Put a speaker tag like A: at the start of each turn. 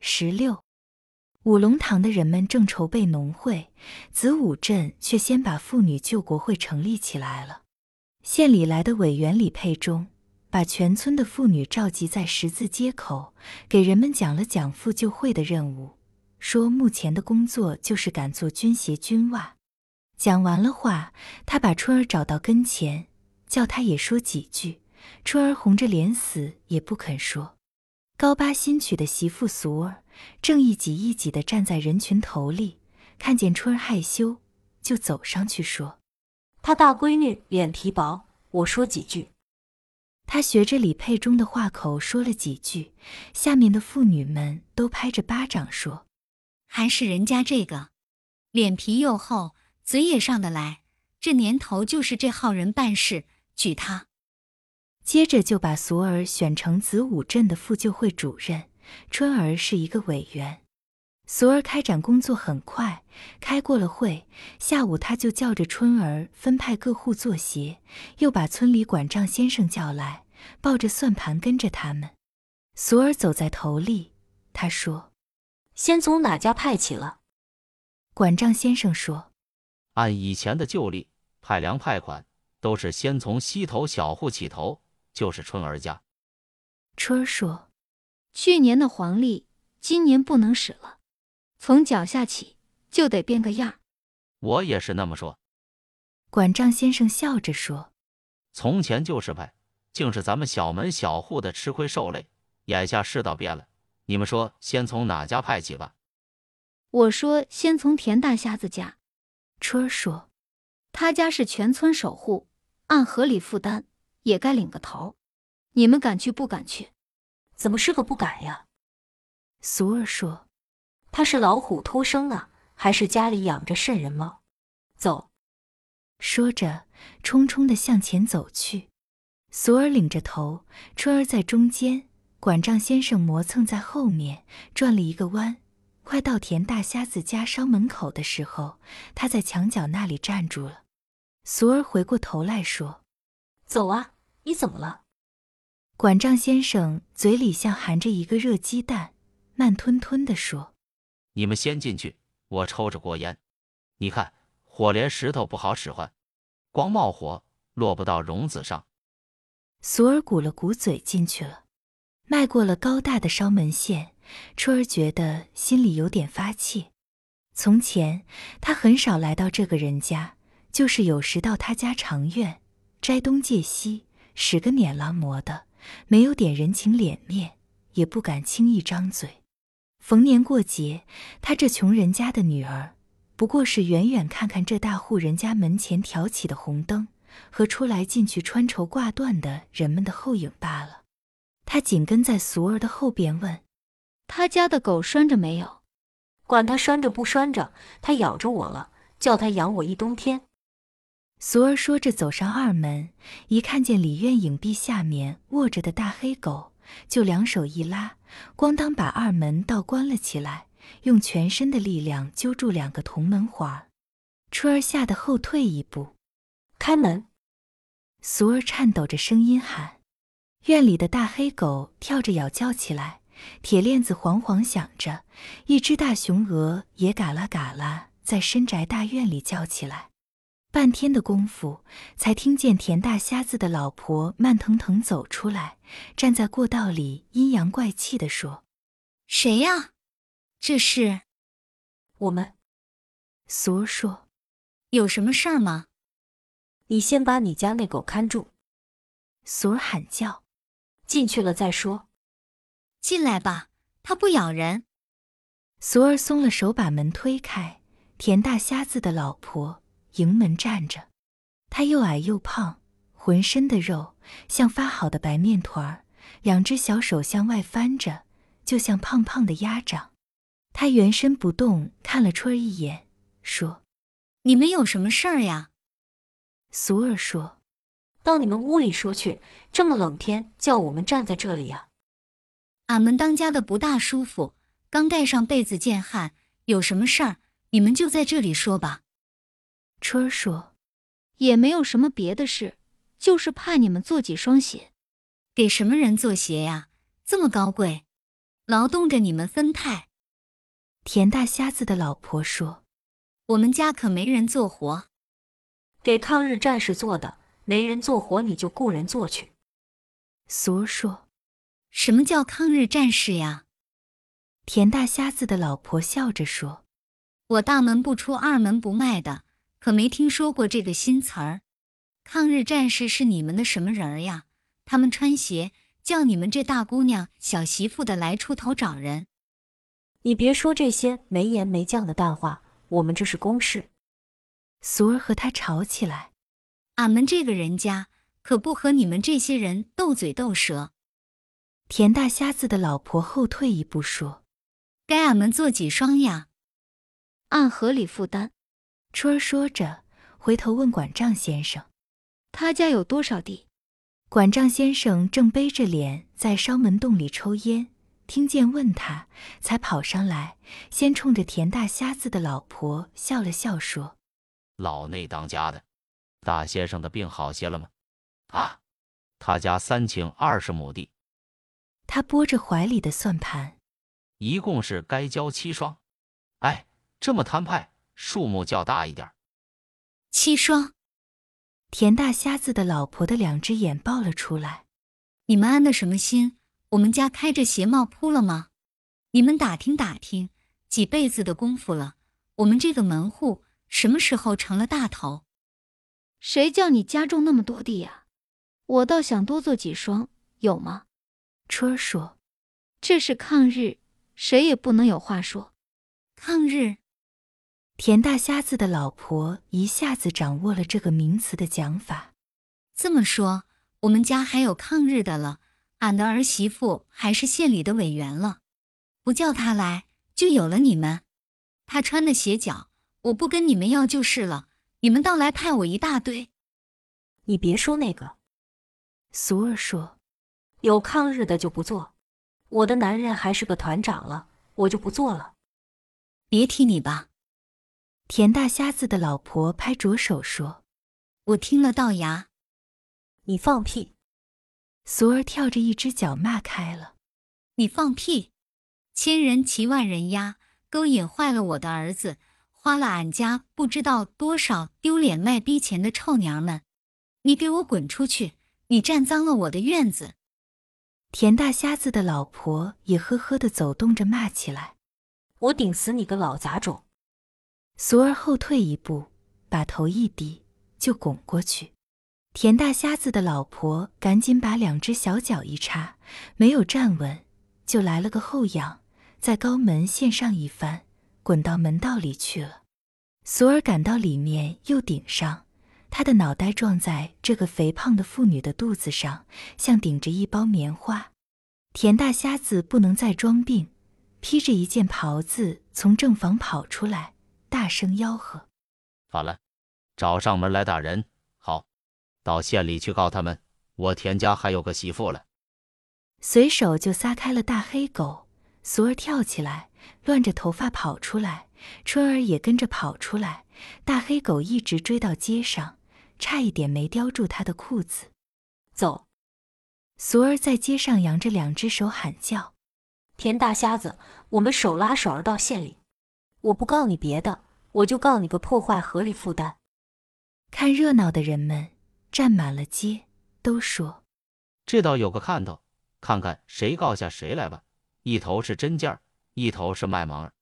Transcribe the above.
A: 十六，五龙堂的人们正筹备农会，子午镇却先把妇女救国会成立起来了。县里来的委员李佩忠把全村的妇女召集在十字街口，给人们讲了讲妇救会的任务，说目前的工作就是赶做军鞋军袜。讲完了话，他把春儿找到跟前，叫他也说几句。春儿红着脸死也不肯说。高八新娶的媳妇俗儿正一挤一挤地站在人群头里，看见春儿害羞，就走上去说。
B: 她大闺女脸皮薄，我说几句。
A: 他学着李佩忠的话口说了几句，下面的妇女们都拍着巴掌说
C: 还是人家这个，脸皮又厚，嘴也上得来。这年头就是这号人办事，举他。：“
A: 接着就把俗儿选成子午镇的妇救会主任，春儿是一个委员。”俗儿开展工作很快，开过了会，下午他就叫着春儿分派各户做鞋，又把村里管账先生叫来，抱着算盘跟着他们。俗儿走在头里，他说
B: 先从哪家派起了？：“
A: 管账先生说，
D: 按以前的旧例，派粮派款都是先从西头小户起头，就是春儿家。
A: 春儿说。”
E: 去年的黄历，今年不能使了，从脚下起就得变个样儿。
D: 我也是那么说。
A: 管账先生笑着说
D: 从前就是派，竟是咱们小门小户的吃亏受累。眼下世道变了，你们说先从哪家派起吧？
E: 我说先从田大瞎子家，：“
A: 春儿说。”
E: 他家是全村首户，按合理负担也该领个头。你们敢去不敢去？
B: 怎么是个不敢呀？
A: 俗儿说
B: 她是老虎偷生啊，还是家里养着瘆人猫？走，：“
A: 说着，冲冲的向前走去。”俗儿领着头，春儿在中间，管账先生磨蹭在后面，转了一个弯。快到田大瞎子家商门口的时候，他在墙角那里站住了。俗儿回过头来说
B: 走啊！你怎么了？：“
A: 管账先生嘴里像含着一个热鸡蛋，慢吞吞地说。”
D: 你们先进去，我抽着锅烟。你看，火连石头不好使唤，光冒火落不到笼子上。
A: 俗儿鼓了鼓嘴进去了，迈过了高大的烧门线，春儿觉得心里有点发气。从前他很少来到这个人家，就是有时到他家长院，摘东借西，使个碾郎磨的，没有点人情脸面，也不敢轻易张嘴。逢年过节，他这穷人家的女儿，不过是远远看看这大户人家门前挑起的红灯，和出来进去穿绸挂缎的人们的后影罢了。他紧跟在俗儿的后边问
E: 他家的狗拴着没有？
B: 管他拴着不拴着，他咬着我了，叫他养我一冬天。
A: 俗儿，说着走上二门，一看见李院影壁下面卧着的大黑狗，就两手一拉，咣当把二门倒关了起来，用全身的力量揪住两个铜门环儿。春儿吓得后退一步，
B: 开门！
A: 俗儿颤抖着声音喊：“院里的大黑狗跳着咬叫起来，铁链子晃晃响着，一只大雄鹅也嘎啦嘎啦在深宅大院里叫起来。”半天的功夫，才听见田大瞎子的老婆慢腾腾走出来，站在过道里阴阳怪气地说
C: 谁呀？这是
B: 我们，：“
A: 俗儿说，
C: 有什么事儿吗？
B: 你先把你家那狗看住，
A: 俗儿喊叫。
B: 进去了再说。
C: 进来吧，它不咬人。”
A: 俗儿松了手，把门推开。田大瞎子的老婆迎门站着，她又矮又胖，浑身的肉像发好的白面团儿，两只小手向外翻着，就像胖胖的鸭掌。她原身不动，看了春儿一眼，说
C: 你们有什么事儿呀？：“
A: 俗儿说，
B: 到你们屋里说去，这么冷天，叫我们站在这里呀、
C: 啊俺们当家的不大舒服，刚盖上被子见汗，有什么事儿你们就在这里说吧。
A: 春儿说，
E: 也没有什么别的事，就是怕你们做几双鞋。
C: 给什么人做鞋呀？这么高贵，劳动着你们分派。
A: 田大瞎子的老婆说
C: 我们家可没人做活，
B: 给抗日战士做的，没人做活你就雇人做去。：“
A: 俗儿说。
C: 什么叫抗日战士呀？”
A: 田大瞎子的老婆笑着说
C: 我大门不出二门不迈的，可没听说过这个新词儿。抗日战士是你们的什么人儿呀？他们穿鞋，叫你们这大姑娘、小媳妇的来出头找人。
B: 你别说这些没盐没酱的淡话，我们这是公事。：“
A: 俗儿和他吵起来。
C: 俺们这个人家可不和你们这些人斗嘴斗舌，”
A: 田大瞎子的老婆后退一步说
C: 该俺们做几双呀？
E: 按合理负担。：“
A: 春儿说着，回头问管账先生。
E: 他家有多少地？
A: 管账先生正背着脸在烧门洞里抽烟，听见问他，才跑上来，先冲着田大瞎子的老婆笑了笑说
D: 老内当家的，大先生的病好些了吗？啊，他家三顷二十亩地，：“
A: 他拨着怀里的算盘。
D: 一共是该交七双。哎，这么摊派，数目较大一点儿。
C: 七双，”
A: 田大瞎子的老婆的两只眼爆了出来。
C: 你们安的什么心？我们家开着鞋帽铺了吗？你们打听打听，几辈子的功夫了，我们这个门户什么时候成了大头？
E: 谁叫你家种那么多地呀、我倒想多做几双，有吗？
A: 春儿说
E: 这是抗日，谁也不能有话说。
C: 抗日。：“
A: 田大瞎子的老婆一下子掌握了这个名词的讲法。
C: 这么说，我们家还有抗日的了。俺的儿媳妇还是县里的委员了，不叫她来，就有了你们。她穿的鞋脚，我不跟你们要就是了。你们倒来派我一大堆。
B: 你别说那个，”
A: 俗儿说
B: 有抗日的就不做。我的男人还是个团长了，我就不做了。
C: 别提你吧，：“
A: 田大瞎子的老婆拍着手说。
C: 我听了到牙。
B: 你放屁！”
A: 俗儿跳着一只脚骂开了。
C: 你放屁！千人骑万人压，勾引坏了我的儿子，花了俺家不知道多少丢脸卖逼钱的臭娘们！你给我滚出去！你占脏了我的院子！
A: 田大瞎子的老婆也呵呵地走动着骂起来。
B: 我顶死你个老杂种！
A: 俗儿后退一步，把头一低，就拱过去。田大瞎子的老婆赶紧把两只小脚一插，没有站稳，就来了个后仰，在高门线上一翻，滚到门道里去了。俗儿赶到里面又顶上，他的脑袋撞在这个肥胖的妇女的肚子上，像顶着一包棉花。田大瞎子不能再装病，披着一件袍子从正房跑出来，大声吆喝。
D: 反了，找上门来打人。好，到县里去告他们，我田家还有个媳妇了。
A: 随手就撒开了大黑狗。俗儿跳起来，乱着头发跑出来，春儿也跟着跑出来。大黑狗一直追到街上，差一点没叼住他的裤子。
B: 走，
A: 俗儿在街上扬着两只手喊叫。
B: 田大瞎子，我们手拉手儿到县里。我不告你别的，我就告你个破坏合理负担。
A: 看热闹的人们站满了街，都说
D: 这倒有个看头，看看谁告下谁来吧。一头是针尖儿，一头是卖萌儿。